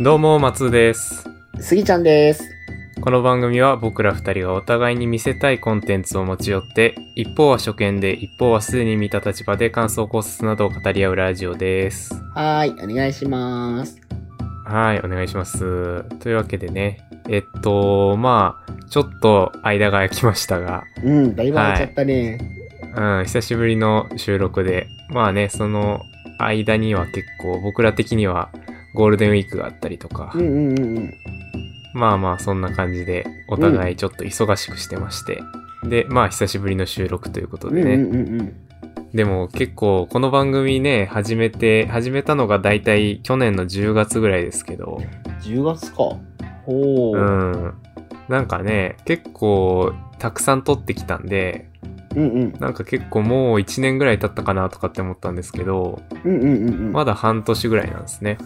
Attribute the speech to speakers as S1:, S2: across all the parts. S1: どうも、松です。
S2: スギちゃんです。
S1: この番組は僕ら二人がお互いに見せたいコンテンツを持ち寄って、一方は初見で、一方はすでに見た立場で感想考察などを語り合うラジオです。
S2: はーい、お願いします。
S1: はい、お願いします。というわけでね、えっと、まあ、ちょっと間が空きましたが、
S2: うん、だいぶ空いちゃったね。
S1: うん、久しぶりの収録で、まあね、その間には結構僕ら的にはゴールデンウィークがあったりとか、
S2: うんうんうんうん。
S1: まあまあそんな感じでお互いちょっと忙しくしてまして、でまあ久しぶりの収録ということ
S2: うんう
S1: で
S2: ん
S1: ね、
S2: うんうん。
S1: でも結構この番組ね始めて始めたのが大体去年の10月ぐらいですけど
S2: 10月か。ほう。
S1: う
S2: うん
S1: んなんかね結構たくさん撮ってきたんで
S2: うん。
S1: なんか結構もう1年ぐらい経ったかなとかって思ったんですけど
S2: うんうんうんうん。
S1: まだ半年ぐらいなんですね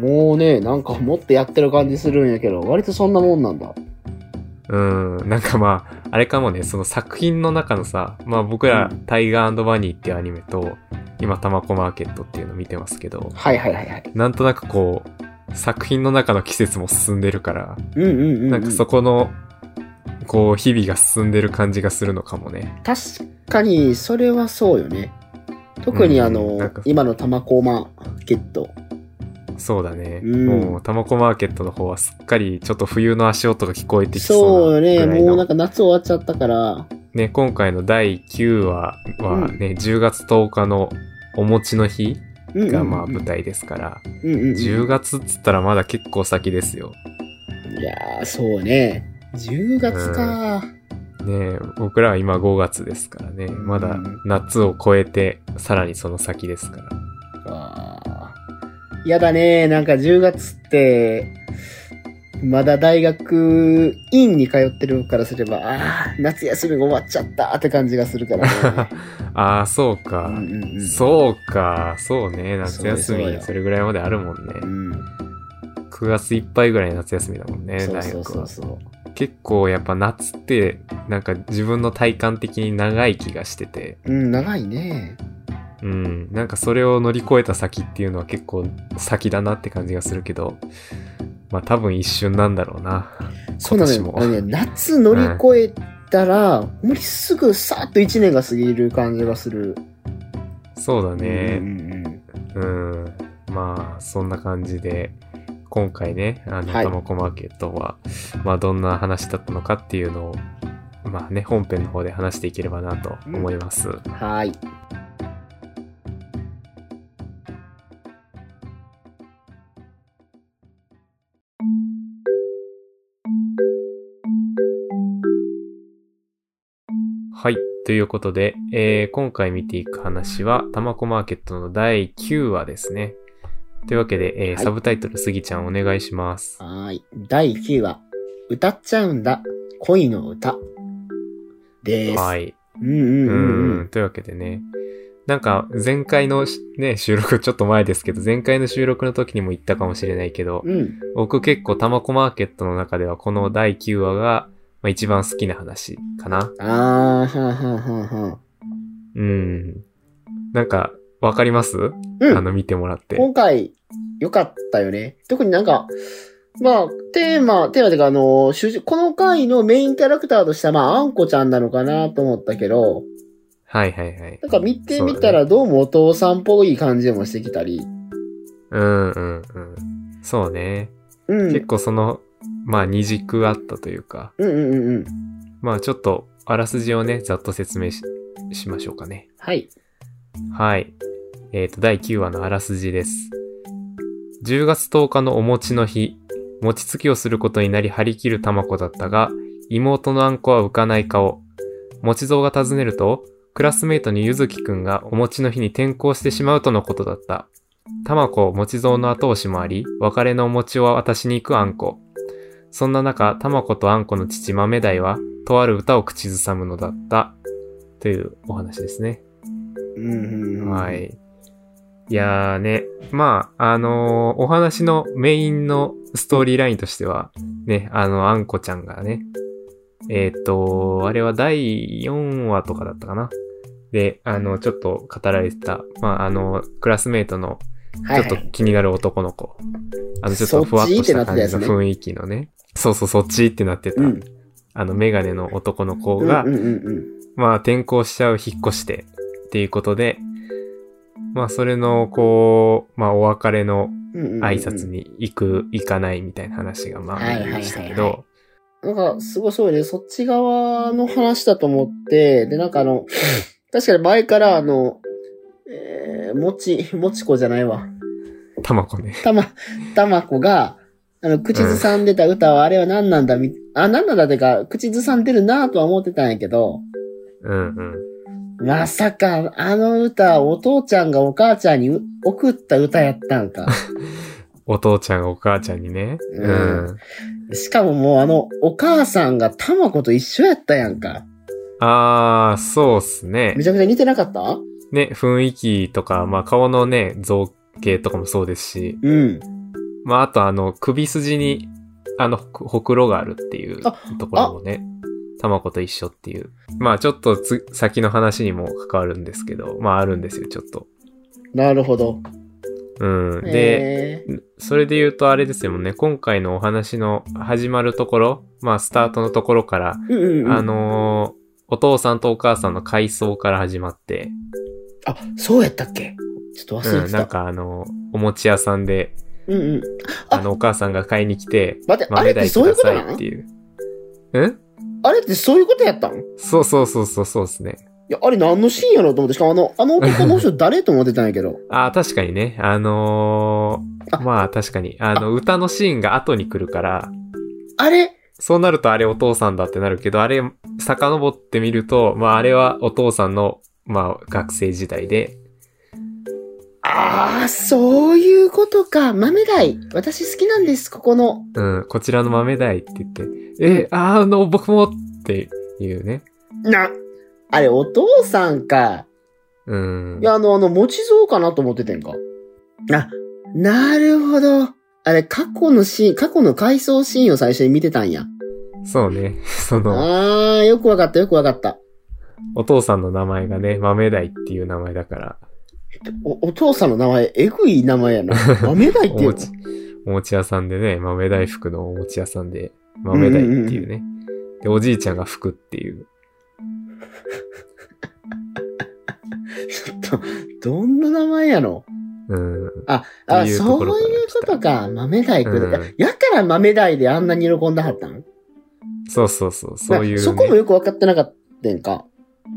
S2: もうね、なんかもっとやってる感じするんやけど、割とそんなもんなんだ。
S1: うん、なんかまあ、あれかもね、その作品の中のさ、まあ僕ら、
S2: うん
S1: タイガーバニーっていうアニメと、今、タマコマーケットっていうの見てますけど、
S2: はいはいはいはい。
S1: なんとなくこう、作品の中の季節も進んでるから、
S2: うんうんうん、うん。
S1: なんかそこの、こう、日々が進んでる感じがするのかもね。
S2: 確かに、それはそうよね。特にあの、
S1: うんなんか
S2: 今の玉コマゲット。
S1: そうだね。
S2: うん
S1: もう、タマコマーケットの方はすっかり、ちょっと冬の足音が聞こえてき
S2: そ
S1: そ
S2: う
S1: う
S2: よ
S1: なぐら
S2: ね。
S1: い
S2: もうな
S1: の
S2: ん。か夏終わっちゃったから。
S1: ね、今回の第9話はね、10月10日のお餅の日
S2: うんうんうん、
S1: がまあ舞台ですから、
S2: うんうんうん、
S1: 10月っつったらまだ結構先ですよ。
S2: いやー、そうね。10月かー。
S1: ねえ僕らは今5月ですからね、まだ夏を超えて、さらにその先ですから。
S2: あーやだねなんか10月って、まだ大学院に通ってるからすれば、ああ、夏休みが終わっちゃったって感じがするからね。
S1: ああ、そう
S2: う
S1: か。
S2: んうんうん
S1: そうか、そうね、夏休
S2: そうだ
S1: み、
S2: よ
S1: それぐらいまであるもんね。
S2: うん
S1: 9月いっぱいぐらいの夏休みだもんね、
S2: そう
S1: 大
S2: そう
S1: 学
S2: そ
S1: は
S2: う。そう。
S1: 結構やっぱ夏って、なんか自分の体感的に長い気がしてて、
S2: うん、長いね。
S1: うん、なんかそれを乗り越えた先っていうのは結構先だなって感じがするけど、まあ多分一瞬なんだろうな。
S2: そうなの
S1: 今年
S2: よ。
S1: も
S2: あのね夏乗り越えたら、もうすぐさーっと1年が過ぎる感じがする。
S1: そうだ
S2: う
S1: ね。
S2: んうんうん
S1: うん。まあ、そんな感じで、今回ね、あの、
S2: はい
S1: タマコマーケットは、まあ、どんな話だったのかっていうのを、まあね、本編の方で話していければなと思います。
S2: はーい。
S1: はい。ということで、えー今回見ていく話は、タマコマーケットの第9話ですね。というわけで、えー
S2: はい
S1: サブタイトル、すぎちゃんお願いします。
S2: はーい。第9話、歌っちゃうんだ、恋の歌。です。
S1: はい。
S2: うん
S1: う
S2: うんうんうんん。
S1: というわけでね。なんか、前回のしね、収録、ちょっと前ですけど、前回の収録の時にも言ったかもしれないけど、
S2: うん。
S1: 僕結構タマコマーケットの中では、この第9話が、まあ、一番好きな話かな。
S2: あー、はんはんはんはん。
S1: うん。なんか、わかります、
S2: う
S1: あ
S2: ん。
S1: の、見てもらって。
S2: 今回、良かったよね。特になんか、まあ、テーマ、テーマていうか、あの、主人、この回のメインキャラクターとしては、まあ、あんこちゃんなのかなと思ったけど、
S1: はいはいはい。
S2: なんか見てみたら、どうもお父さんっぽい感じもしてきたり、
S1: うんうんうん。そうね。
S2: うん。
S1: 結構その、まあ、二軸あったというか、
S2: うんうんうんうん。
S1: まあ、ちょっと、あらすじをね、ざっと説明ししましょうかね。
S2: はい。
S1: はい。えっ、と、第9話のあらすじです。10月10日のお餅の日、餅つきをすることになり張り切る玉子だったが、妹のあんこは浮かない顔。餅蔵が尋ねると、クラスメイトにゆずきくんがお餅の日に転校してしまうとのことだった。玉子、餅蔵の後押しもあり、別れのお餅を渡しに行くあんこ。そんな中、玉子とあんこの父豆大は、とある歌を口ずさむのだった。というお話ですね。
S2: うんうんうん。
S1: は。い。いやーね、まあ、あのーお話のメインのストーリーラインとしては、ね、あの、あんこちゃんがね、えーっ、と、あれは第4話とかだったかな。で、あの、ちょっと語られてた、まあ、あの、クラスメイトの、ちょ
S2: はい、は
S1: っ
S2: い。
S1: と気になる男の子、あの、ちょっとふわっとした感じ
S2: そっちってなってた
S1: の
S2: やつね
S1: 雰囲気のね。そうそう、そっちってなってた。
S2: うん。
S1: あの、メガネの男の子
S2: うんう
S1: が、
S2: んうん
S1: まあ、転校しちゃう、引っ越して、っていうことで、まあ、それの、こう、まあ、お別れの
S2: うんうん。
S1: 挨拶。に行く、行かないみたいな話が、まあ、
S2: はいはいはいはい
S1: ありましたけど、
S2: なんか、すごいそうね、そっち側の話だと思って、で、なんかあの、確かに前からあの、えー、もち、もちこじゃないわ。
S1: たまこね。
S2: たま、たまこが、あの、口ずさんでた歌はあれは何なんだみ、あ、何なんだってか、口ずさんでるなぁとは思ってたんやけど、
S1: うんうん。
S2: まさか、あの歌、お父ちゃんがお母ちゃんにう送った歌やったんか。
S1: お父ちゃん、お母ちゃんにね。
S2: う
S1: うんん。
S2: しかももうあの、お母さんがたまこと一緒やったやんか。
S1: あー、そうっすね
S2: め。ちゃくちゃ似てなかった
S1: ね、雰囲気とか、まあ、顔のね、造形とかもそうですし、
S2: うん。
S1: まあ、あとあの、首筋に、あの、ほほくろがあるっていう
S2: あ
S1: ところもね、たまこと一緒っていう。まあ、ちょっとつ、先の話にも関わるんですけど、まあ、あるんですよ、ちょっと。
S2: なるほど。
S1: うん。で、
S2: え
S1: それで言うとあれですよね、今回のお話の始まるところ、まあ、スタートのところから、
S2: ー、うんうんうん。
S1: あのーお父さんとお母さんの回想から始まって、
S2: あ、そうやったっけちょっと忘れ
S1: うん、
S2: て
S1: なん
S2: た。
S1: かあの、お餅屋さんで、
S2: うんうん。あ
S1: あの、お母さんが買いに来て、
S2: 待って、あ
S1: 豆
S2: れって
S1: 大
S2: そ
S1: く
S2: うい
S1: だ
S2: うこと
S1: さ
S2: ない
S1: っ
S2: の
S1: ていう。うん
S2: あれってそういうことやったんい
S1: そうそうそうそうそうですね。
S2: や、あれ何のシーンやろうと思って、しかもあの、あの男の人誰と思ってたんやけど。
S1: ああ、確かにね。あのー
S2: あ
S1: まあ確かに、あの、歌のシーンが後に来るから、
S2: あれ
S1: そうなるとあれお父さんだってなるけど、あれ、遡ってみると、まああれはお父さんの、まあ学生時代で、
S2: ああ、そういうことか。豆貝。私好きなんです、ここの。
S1: うん、こちらの豆大って言って、え、あーあの、僕もっていうね。
S2: な、あれ、お父さんか。
S1: うん。
S2: いや、あの、あの、持ちそうかなと思っててんか。あ、なるほど。あれ、過去のシーン、過去の回想シーンを最初に見てたんや。
S1: そうね。 その、
S2: ああ、よくわかった、よくわかった。
S1: お父さんの名前がね、豆大っていう名前だから、
S2: お、お父さんの名前、えぐい名前やな。豆貝って
S1: お
S2: いうの
S1: 餅、お餅屋さんでね、豆大福のお餅屋さんで、豆大っていうね。で、おじいちゃんが福っていう。
S2: ちょっと、どんな名前やの
S1: うん。
S2: あ、あ、
S1: っていうと
S2: そ
S1: こ
S2: う
S1: ろから
S2: いうことか。豆大くん、
S1: うん
S2: やから豆大であんなに喜んだはったん
S1: そうそうそう、そういう、ね。
S2: そこもよく分かってなかったんか。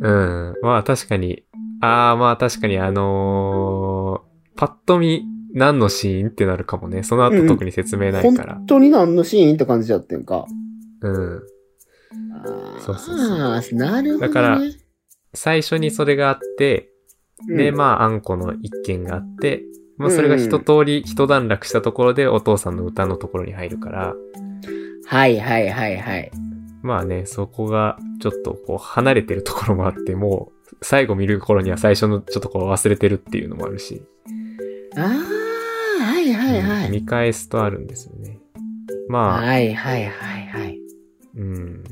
S1: うん。まあ確かに、ああまあ確かにあのー、パッと見、何のシーンってなるかもね。その
S2: うんう
S1: 後
S2: ん
S1: 特に説明ないから
S2: 本。当に何のシーンって感じだってんか。
S1: うん。
S2: あ
S1: そうそう
S2: あー、なるほど、ね。
S1: だから最初にそれがあって、で、
S2: あ、
S1: まあ、あんこの一件があって、まあ、それが一通り、一段落したところで、お父さんの歌のところに入るから、
S2: はいはいはいはい。
S1: まあね、そこが、ちょっとこう、離れてるところもあって、もう、最後見る頃には最初のちょっとこう忘れてるっていうのもあるし、
S2: ああ、はいはいは
S1: うん
S2: い。
S1: 見返すとあるんですよね。まあ、
S2: はいはいはいはい。
S1: うん。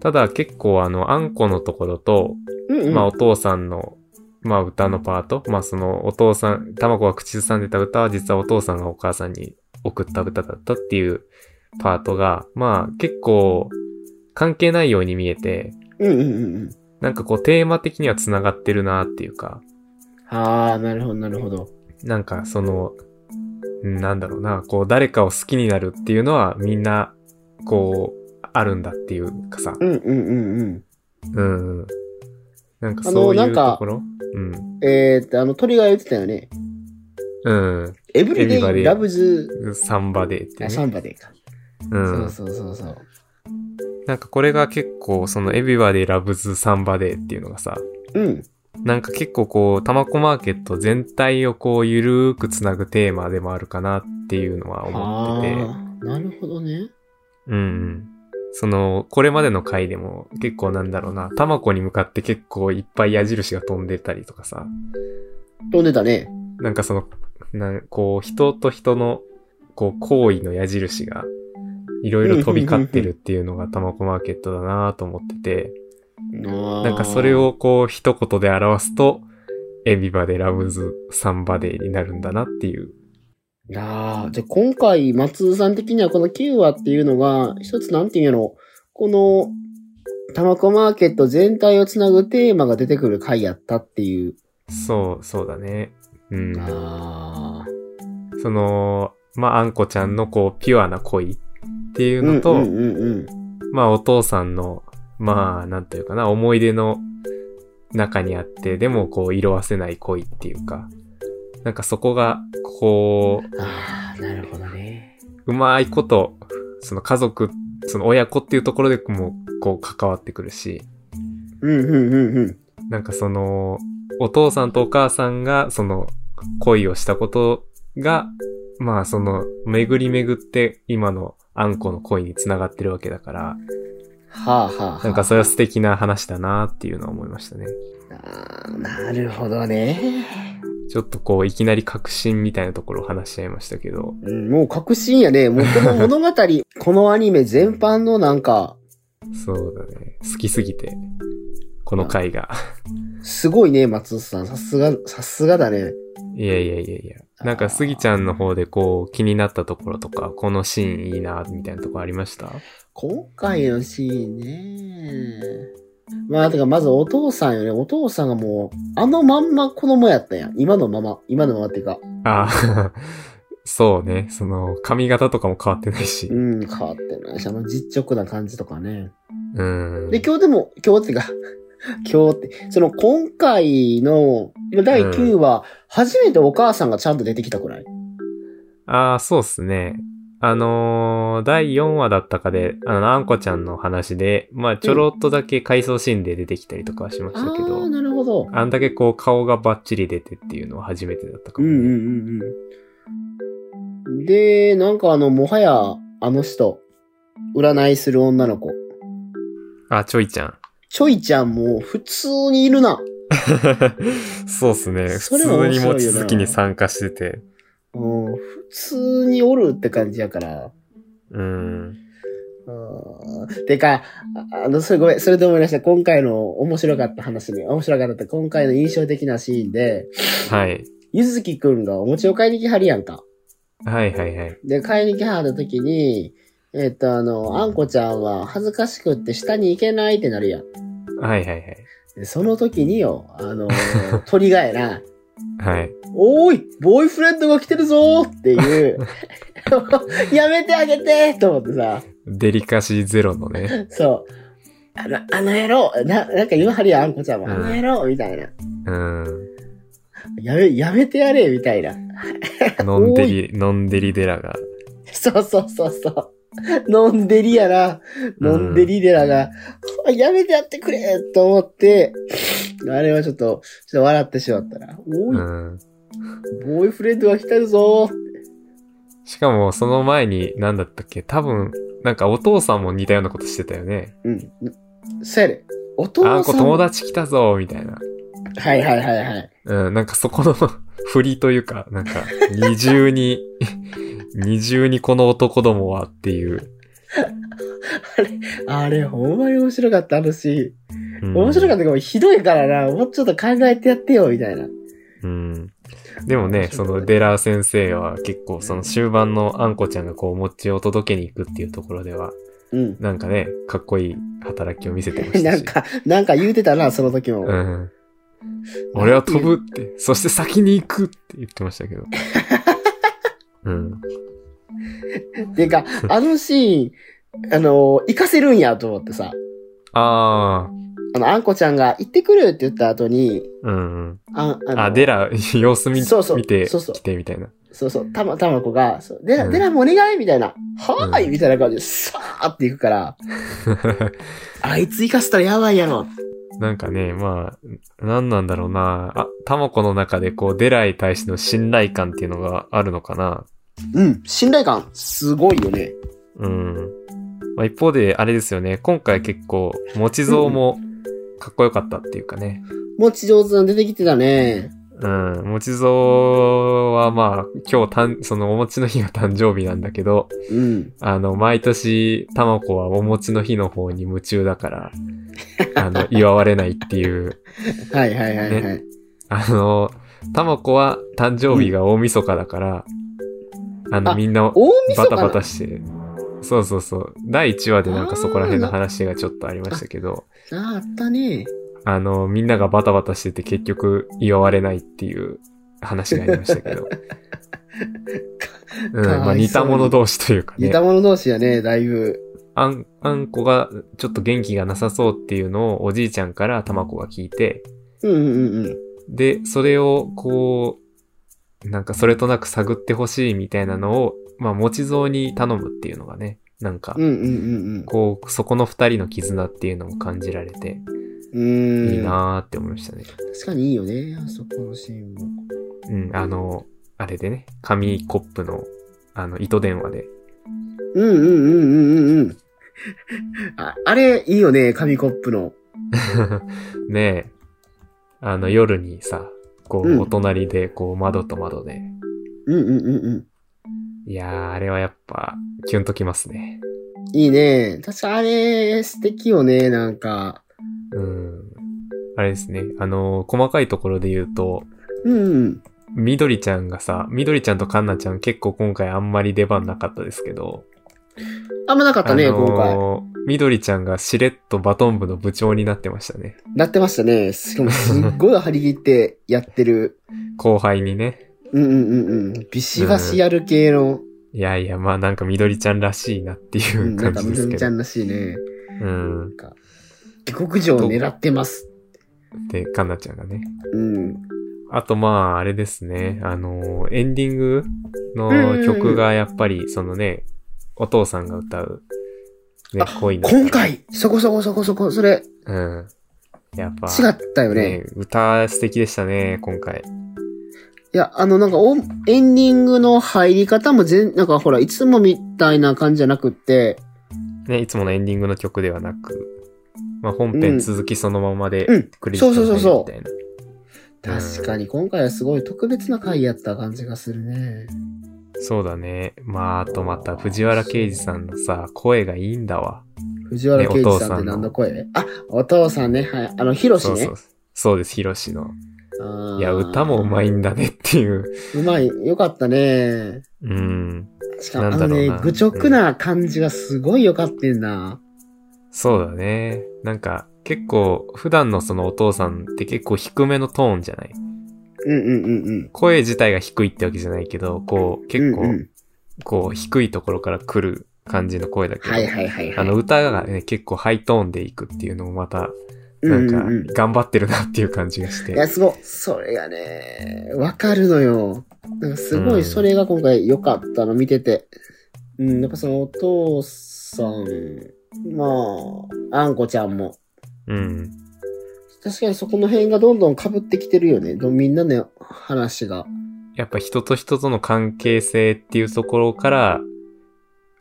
S1: ただ結構あの、あんこのところと、
S2: うんうん。
S1: まあお父さんの、まあ歌のパート、まあそのお父さん、たまこが口ずさんでた歌は実はお父さんがお母さんに送った歌だったっていうパートが、まあ結構関係ないように見えて、
S2: うんうんうんうん。
S1: なんかこうテーマ的には繋がってるなっていうか、
S2: ああ、なるほどなるほど。
S1: なんかその、うんなんだろうな、こう誰かを好きになるっていうのはみんな、こう、あるんだっていうかさ、
S2: うんうんうんうん。
S1: うんうん。なんか
S2: あの
S1: そうい
S2: なん
S1: う
S2: か
S1: ところうん。
S2: えーっと、あの、鳥が言ってたよね。
S1: うん。
S2: エブリデ
S1: Everybody
S2: イラブズ、
S1: サンバデーって
S2: あ、
S1: ね。
S2: サンバでか。
S1: う。
S2: そうんそうそうそう。
S1: なんかこれが結構、そのエビバディラブズサンバデーっていうのがさ、
S2: うん。
S1: なんか結構こう、タマコマーケット全体をこう、ゆるーくつなぐテーマでもあるかなっていうのは思ってて、
S2: ああ、なるほどね。
S1: うんうん。その、これまでの回でも結構なんだろうな、タマコに向かって結構いっぱい矢印が飛んでたりとかさ、
S2: 飛んでたね。
S1: なんかその、なんこう、人と人の、こう、行為の矢印が、いろいろ飛び交ってるっていうのがタマコマーケットだなと思ってて、
S2: な
S1: なんかそれ。をこう、一言で表すと、エビバでラブズサンバデーになるんだなっていう。
S2: いやーじゃあ今回、松尾さん的にはこの9話っていうのが、一つなんていうんやろ、この、タマコマーケット全体をつなぐテーマが出てくる回やったっていう。
S1: そう、そうだね。うん。
S2: ああ。
S1: その、まあ、あんこちゃんのこう、ピュアな恋っていうのと、
S2: うんうんうん
S1: まあ、お父さんの、まあ、なんというかな、思い出の中にあって、でもこう、色褪せない恋っていうか、なんかそこが、こう、
S2: うん。ああ、なるほどね。
S1: うまいこと、その家族、その親子っていうところでも、こう、関わってくるし、
S2: うんうんうんうん。
S1: なんかその、お父さんとお母さんが、その、恋をしたことが、まあその、巡り巡って、今のあんこの恋につながってるわけだから、
S2: はあはあ、はあ。
S1: なんかそれは素敵な話だなっていうのは思いましたね。
S2: あーなるほどね。
S1: ちょっとこう、いきなり確信みたいなところを話しちゃいましたけど、
S2: うん、もう確信やね。もうこの物語、このアニメ全般のなんか、
S1: そうだね。好きすぎて、この回が。
S2: すごいね、松尾さん。さすが、さすがだね。
S1: いやいやいやいや。なんか、スギちゃんの方でこう、気になったところとか、このシーンいいな、みたいなところありました
S2: 今回のシーンね。まあ、てか、まずお父さんよね。お父さんがもう、あのまんまこのままやったんや。今のまま。今のままっていうか。
S1: ああ、 そうね。その、髪型とかも変わってないし
S2: う。ん、変わってないし、あの実直な感じとかね。
S1: うん。
S2: で、今日でも、今日っていうか、今日って、その今回の第9話、初めてお母さんがちゃんと出てきたくらい。
S1: ああ、そうっすね。あのー第4話だったかで、あの、あんこちゃんの話で、まあ、ちょろっとだけ回想シーンで出てきたりとかはしましたけ
S2: あ
S1: ど、
S2: あ、なるほど。
S1: あんだけこう、顔がバッチリ出てっていうのは初めてだったか
S2: う
S1: も
S2: ん
S1: ね、
S2: うんうんうん。で、なんかあの、もはや、あの人、占いする女の子。
S1: あ、ちょいちゃん。
S2: ちょいちゃんも普通にいるな。
S1: そうっすね。普
S2: それは
S1: 通
S2: 面白い
S1: に
S2: よな
S1: 持ち続きに参加してて。
S2: うん、普通におるって感じやから。
S1: うん。
S2: うんてか、ああの、それごめん、それで思い出した。今回の面白かった話に、面白かったって今回の印象的なシーンで、
S1: はい。
S2: ゆずきくんがお餅を買いに来はるやんか。
S1: はいはいはい。
S2: で、買いに来はるときに、えっと、あの、あんこちゃんは恥ずかしくって下に行けないってなるやん。
S1: はいはいはい。
S2: でその時によ、あの、 鳥がやな、
S1: はい。
S2: おーい、ボーイフレンドが来てるぞーっていう、 やめてあげてーと思ってさ、
S1: デリカシーゼロのね。
S2: そう。あの、あの野郎な、なんか言わはるやん、あんこちゃんも。
S1: うん
S2: あの野郎みたいな。
S1: うん。
S2: やめ、やめてやれみたいな。
S1: のんでり、のんでりデラが。
S2: そうそうそうそう。飲んでりやな。飲んでりでらが、あやめてやってくれと思って、あれはちょっと、ちょっと笑ってしまったな。お
S1: う
S2: ーい、
S1: ん。
S2: ボーイフレンドが来てるぞー
S1: しかも、その前に、なんだったっけ多分、なんかお父さんも似たようなことしてたよね。
S2: うん。そやで。お父さん。
S1: あんこ友達来たぞみたいな。
S2: はいはいはいはい。
S1: うん、なんかそこの 振りというか、なんか、二重に、 二重にこの男どもはっていう。
S2: あれ、ほんまに面白かった、あのシ
S1: うん
S2: ーン。面白かったけど、ひどいからな、もうちょっと考えてやってよ、みたいな。
S1: うん。でもね、そのデラー先生は結構その終盤のあんこちゃんがこうお餅を届けに行くっていうところでは、
S2: うん。
S1: なんかね、かっこいい働きを見せてましたし。
S2: なんか、なんか言うてたな、その時も。
S1: うん。俺は飛ぶって、そして先に行くって言ってましたけ ど。うん。
S2: ていうか、あのシーン、あの、行かせるんや、と思って
S1: あ
S2: さ。
S1: あ、
S2: あの、あんこちゃんが、行ってくるって言った後に、
S1: うんうん。
S2: あ、あの
S1: あ、デラ、様子見
S2: そうそう
S1: 見て
S2: そうそう
S1: きてみたいな。
S2: そうそう、たま、たまこが、そうデラ、
S1: うん
S2: デラもお願いみたいな、はー
S1: う
S2: いみたいな感じで、さーって行くから、あいつ行かせたらやばいやろ。
S1: なんかね、まあ、なんなんだろうな。あ、タマコの中でこう、デラに対しての信頼感っていうのがあるのかな。
S2: うん、信頼感、すごいよね。
S1: うん。まあ一方で、あれですよね。今回結構、持ち像もかっこよかったっていうかね。
S2: もち上手なの出てきてたね。
S1: うん、もちぞはまあ、今日たん、そのお餅の日が誕生日なんだけど、
S2: うん。
S1: あの、毎年、たまこはお餅の日の方に夢中だから、あの、祝われないっていう、
S2: はいはいはいはい。
S1: あの、たまこは誕生日が大晦日だから、あの、
S2: あ
S1: みんなを
S2: 大晦
S1: バ
S2: 日
S1: タ
S2: な
S1: バタして。そうそうそう。第1話でなんかそこら辺の話がちょっとありましたけど、
S2: ああ、あったね。
S1: あの、みんながバタバタしてて結局祝われないっていう話がありましたけ ど。うん、ま
S2: かわいそ
S1: あ
S2: うに
S1: 似た者同士というかね
S2: 似。た者同士やね、だいぶ。
S1: あん、あんこがちょっと元気がなさそうっていうのをおじいちゃんからたまこが聞いて、
S2: うんうんうん。
S1: で、それをこう、なんかそれとなく探ってほしいみたいなのを、まあ、持ち蔵に頼むっていうのがね、なんか
S2: う、んうん
S1: こう、そこの二人の絆っていうのも感じられて、
S2: うんうん。うん。
S1: いいなーって思いましたね。
S2: 確かにいいよね、あそこのシーンも。
S1: うん、あの、あれでね、紙コップの、あの、糸電話で。
S2: うんうんうんうんうんうん。ああれ、いいよね、紙コップの。
S1: ねえ、あの、夜にさ、こ
S2: うん
S1: う、お隣で、こう、窓と窓で。
S2: うんうんうんうん。
S1: いやー、あれはやっぱ、キュンときますね。
S2: いいね。確かあれ、素敵よね、なんか。
S1: うん。あれですね、あの、細かいところで言うと、
S2: うんうん。
S1: みどりちゃんがさ、みどりちゃんとかんなちゃん結構今回あんまり出番なかったですけど、
S2: あんまなかったね、
S1: あのー
S2: 今回。
S1: みどりちゃんがしれっとバトン部の部長になってましたね。
S2: なってましたね。しかも、すっごい張り切ってやってる。
S1: 後輩にね。
S2: うんうんうんうん。ビシバシやる系の、、
S1: いやいや、まあなんかみどりちゃんらしいなっていううん
S2: な
S1: 感
S2: んか、
S1: じ
S2: み
S1: で
S2: ず
S1: す
S2: み
S1: け
S2: ちゃ
S1: ど。
S2: んらしいね。
S1: うん。
S2: なんか、下克上を狙ってます。
S1: で、かんなちゃんがね。
S2: うん。
S1: あとまあ、あれですね。あのーエンディングの曲がやっぱり、そのね、お父さんが歌う、ね
S2: あ、
S1: 恋の。
S2: 今回、そこそこそこそこ、それ、
S1: うん。やっぱ、
S2: 違ったよね。
S1: ね、歌素敵でしたね、今回。
S2: いや、あの、なんかお、エンディングの入り方も全、なんかほら、いつもみたいな感じじゃなくって、
S1: ね、いつものエンディングの曲ではなく、まあ、本編続きそのままで
S2: うん、
S1: クリスマス
S2: そうそうそうそ
S1: み
S2: う
S1: たいな。
S2: 確かに今回はすごい特別な回やった感じがするね。
S1: そうだね。まあ、あとまた藤原啓治さんのさ、声がいいんだわ。
S2: 藤原啓治
S1: ね
S2: さんっ
S1: お父さん
S2: て
S1: の
S2: 何の声あ、お父さんね、はい。あの、ヒロシ
S1: そう
S2: ね
S1: そう。。そうです、ヒロシの。
S2: あー
S1: いや、歌もうまい。んだねっていう。
S2: うまい。よかったね。
S1: うん。
S2: しかも、あ
S1: なんだ
S2: の
S1: ろう
S2: ね
S1: な、
S2: 愚直な感じがすごいよかったんな。
S1: そうだね。なんか、結構、普段のそのお父さんって結構低めのトーンじゃない
S2: うんうんうんうん。
S1: 声自体が低いってわけじゃないけど、こう、結構、
S2: うんうん
S1: こう、低いところから来る感じの声だけど、
S2: はいはいはいは
S1: あ
S2: い。
S1: の歌がね、結構ハイトーンでいくっていうのもまた、な
S2: うんうんうん
S1: んか、頑張ってるなっていう感じがして。
S2: いや、すごい。それがね、わかるのよ。なんかすご
S1: う
S2: い、
S1: ん
S2: それが今回良かったの見てて。うん、やっぱそのお父さん、まあ、あんこちゃんも。
S1: うん。
S2: 確かにそこの辺がどんどん被ってきてるよね。どみんなの話が。
S1: やっぱ人と人との関係性っていうところから、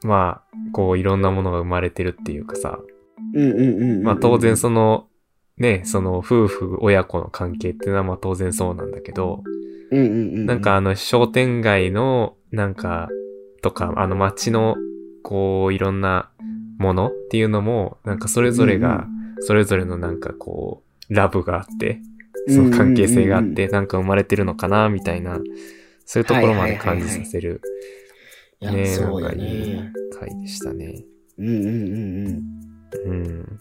S1: まあ、こう、いろんなものが生まれてるっていうかさ、
S2: うんうんうんうん、
S1: まあ当然その、ね、その夫婦、親子の関係っていうのはまあ当然そうなんだけど、
S2: うんうんうんうん。
S1: なんかあの商店街の、なんか、とか、あの街の、こう、いろんなものっていうのも、なんかそれぞれ
S2: うんう
S1: が、それぞれのなんかこう、ラブがあって、その関係性があ
S2: うん
S1: っ
S2: うんうん
S1: て、なんか生まれてるのかな、みたいな、そういうところまで感じ
S2: はいはいはいはい
S1: させる、
S2: いや、
S1: ね、な
S2: そ
S1: ん
S2: う
S1: か
S2: や
S1: いい
S2: ね。
S1: 回でしたね。
S2: うんうんうんうん。
S1: うん。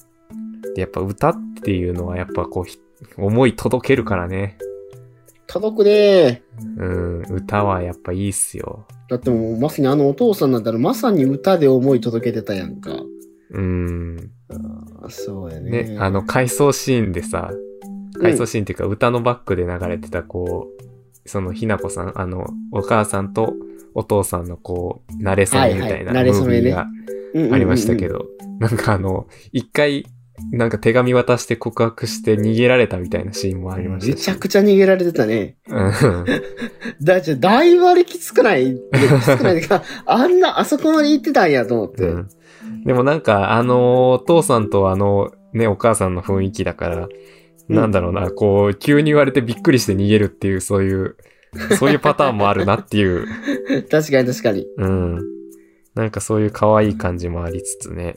S1: でやっぱ歌っていうのは、やっぱこうひ、思い届けるからね。
S2: 届くね。
S1: うん、歌はやっぱいいっすよ。
S2: だってもうまさにあのお父さんなんだろまさに歌で思い届けてたやんか。
S1: うん。
S2: あそうやね。
S1: ね、あの、回想シーンでさ、回想シーンっていうか歌のバックで流れてたこう、そのひなこさん、あの、お母さんとお父さんのこう、慣れ初めみたいな
S2: は
S1: ム
S2: いはい馴れ初
S1: ー
S2: めね
S1: ビーがありましたけど、なんかあの、一回、なんか手紙渡して告白して逃げられたみたいなシーンもありまし
S2: め
S1: たし。
S2: ちゃくちゃ逃げられてたね。
S1: うん
S2: だって、だいぶあれきつくないきつくないか、 あんな、あそこまで行ってたんやと思って。
S1: うんでもなんか、あの、お父さんとあの、ね、お母さんの雰囲気だから、
S2: うん
S1: なんだろうな、こう、急に言われてびっくりして逃げるっていう、そういう、そういうパターンもあるなっていう。
S2: 確かに確かに。
S1: うん。なんかそういう可愛い感じもありつつね。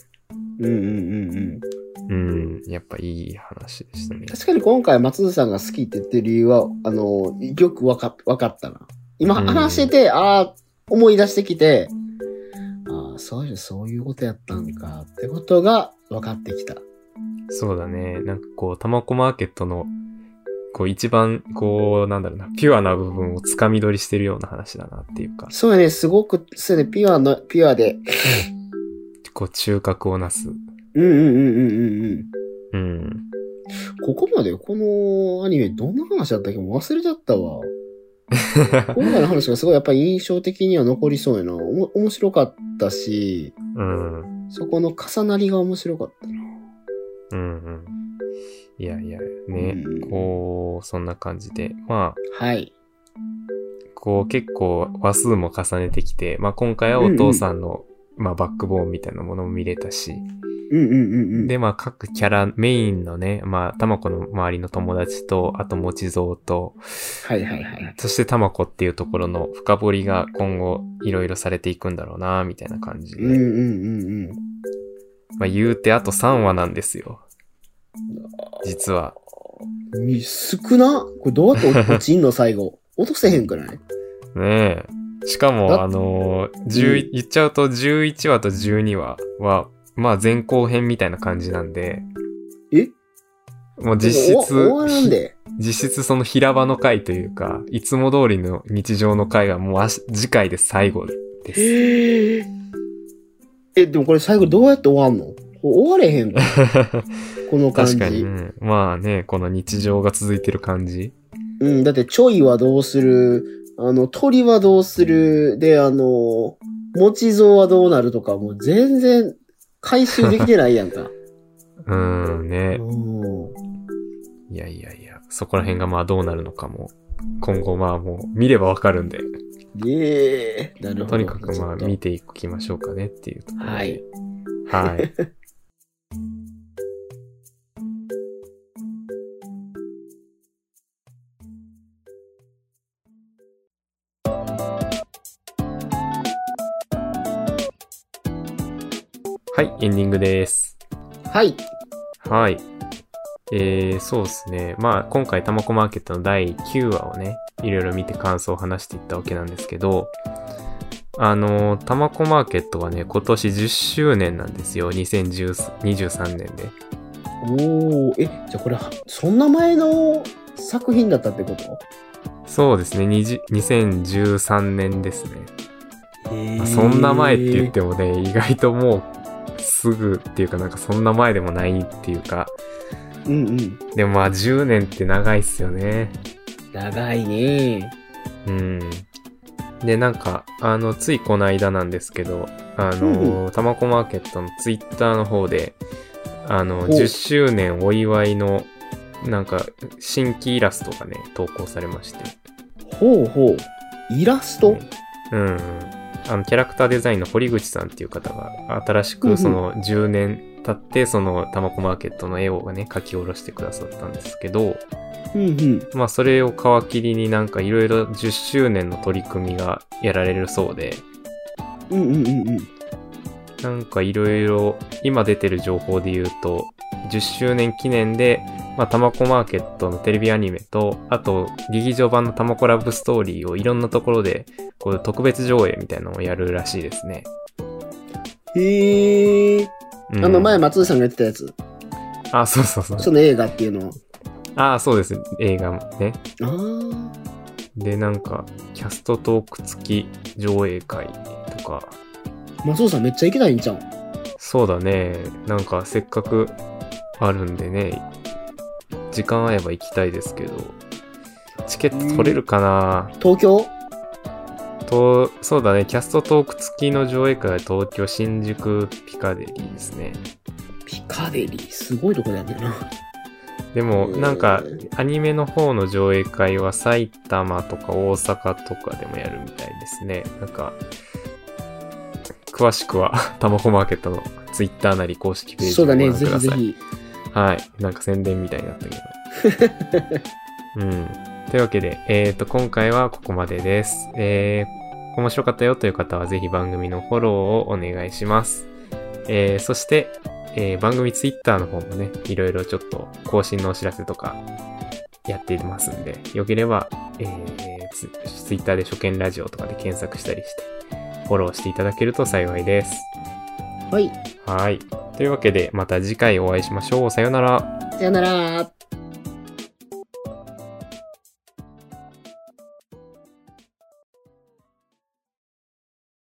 S2: うんうんうんうん。
S1: うん。やっぱいい話でしたね。
S2: 確かに今回松田さんが好きって言ってる理由は、あの、よくわか、わかったな。今
S1: うん
S2: 話してて、ああ、思い出してきて、ああ、そういう、そういうことやったんか、ってことが分かってきた。
S1: そうだね。なんかこう、タマコマーケットの、こう一番、こう、なんだろうな、ピュアな部分をつかみ取りしてるような話だなっていうか、
S2: そうやね、すごく、そうやね、ピュアの、ピュアで。
S1: こう中核をなす。
S2: うんうんうんうんうんうん。
S1: うん。
S2: ここまでこのアニメどんな話だったっけもう忘れちゃったわ。今回の話がすごいやっぱり印象的には残りそうやな。おも面白かったし、
S1: うん。
S2: そこの重なりが面白かったな。
S1: うんうん。いやいや、ね
S2: う、ん
S1: こう、そんな感じで。まあ、
S2: はい。
S1: こう結構話数も重ねてきて、まあ今回はお父さんの、まあバックボーンみたいなものも見れたし、
S2: うんうんうんうん。
S1: で、まあ、各キャラ、メインのね、まあ、たまこの周りの友達と、あと、もちぞうと、
S2: はいはいはい。
S1: そしてたまこっていうところの深掘りが今後、いろいろされていくんだろうな、みたいな感じで。
S2: うんうんうんうん。
S1: まあ、言うて、あと3話なんですよ。実は。
S2: み少なこれどうやっ て落ちんの最後。落とせへんくない
S1: ねえ。しかも、
S2: だ
S1: あのー、10言っちゃうと11話と12話は、まあ、前後編みたいな感じなんで、
S2: え
S1: もう実
S2: お終わ
S1: 質、
S2: らんで。
S1: 実質その平場の回というか、いつも通りの日常の回はもう明日次回で最後 です。
S2: え、でもこれ最後どうやって終わんのこれ終われへんからこの感じ。
S1: 確かにね。まあね、この日常が続いてる感じ。
S2: うん、だってちょいはどうする、あの、鳥はどうする、で、あの、持ち蔵はどうなるとか、もう全然回収できてないや んか。
S1: うーんね。
S2: うん
S1: いやいやいや、そこら辺がまあどうなるのかも。今後まあもう見ればわかるんで、
S2: ええなるほ
S1: と
S2: ど。
S1: にかくまあ
S2: ちょっと
S1: 見ていきましょうかねっていうところで。
S2: はい。
S1: はい。はい、エンディングです。
S2: はい。
S1: はい。えー、そうですね。まあ、今回、たまこマーケットの第9話をね、いろいろ見て感想を話していったわけなんですけど、あのー、たまこマーケットはね、今年10周年なんですよ。2023年で。
S2: おおえ、じゃあこれ、そんな前の作品だったってこと
S1: そうですね。20 2013年ですね。
S2: え
S1: まあそんな前って言ってもね、意外ともう、すぐっていうかなんかそんな前でもないっていうか、
S2: うんうん。
S1: でもまあ10年って長いっすよね。
S2: 長いね。
S1: うん。で、なんか、あの、ついこの間なんですけど、あ
S2: うん
S1: の、たまこマーケットのツイッターの方で、あの、
S2: ほう
S1: 10周年お祝いの、なんか、新規イラストがね、投稿されまして。
S2: ほうほう。イラスト、
S1: うんうん。あの、キャラクターデザインの堀口さんっていう方が、新し
S2: うんう
S1: く
S2: ん
S1: その10年経って、その、たまこマーケットの絵をね、書き下ろしてくださったんですけど、
S2: うんうん。
S1: まあ、それを皮切りになんかいろいろ10周年の取り組みがやられるそうで、
S2: うんうんうんうん。
S1: なんかいろいろ今出てる情報で言うと10周年記念で、まあ、たまこマーケットのテレビアニメとあと劇場版のたまこラブストーリーをいろんなところでこう特別上映みたいなのをやるらしいですね。
S2: へえ。
S1: うん
S2: あの前松井さんが言ってたやつ。
S1: あ、そうそうそう。
S2: その映画っていうのは。
S1: あ、そうです。映画もね。
S2: ああ。
S1: で、なんか、キャストトーク付き上映会とか、
S2: 松尾さんめっちゃ行きたいんじゃん。
S1: そうだね。なんか、せっかくあるんでね、時間合えば行きたいですけど、チケット取れるかな、
S2: 東京
S1: と、そうだね、キャストトーク付きの上映会は東京、新宿、ピカデリーですね。
S2: ピカデリー。すごいとこだよな。
S1: でも、
S2: うん
S1: なんか、アニメの方の上映会は埼玉とか大阪とかでもやるみたいですね。なんか、詳しくは、 タマホマーケットのツイッターなり公式ページ
S2: そ
S1: を
S2: う
S1: ご
S2: だね。
S1: 覧く
S2: ぜ
S1: ださ
S2: ひ
S1: い。
S2: ぜひ。
S1: はい。なんか宣伝みたいになったけど。 うん。というわけで、えっ、と、今回はここまでです。えー、面白かったよという方はぜひ番組のフォローをお願いします。えー、そして、えー番組ツイッターの方もね、いろいろちょっと更新のお知らせとかやっていますんで、よければ、えーツツイッターで初見ラジオとかで検索したりして、フォローしていただけると幸いです。
S2: はい。
S1: はい。というわけで、また次回お会いしましょう。さようなら。
S2: さよなら。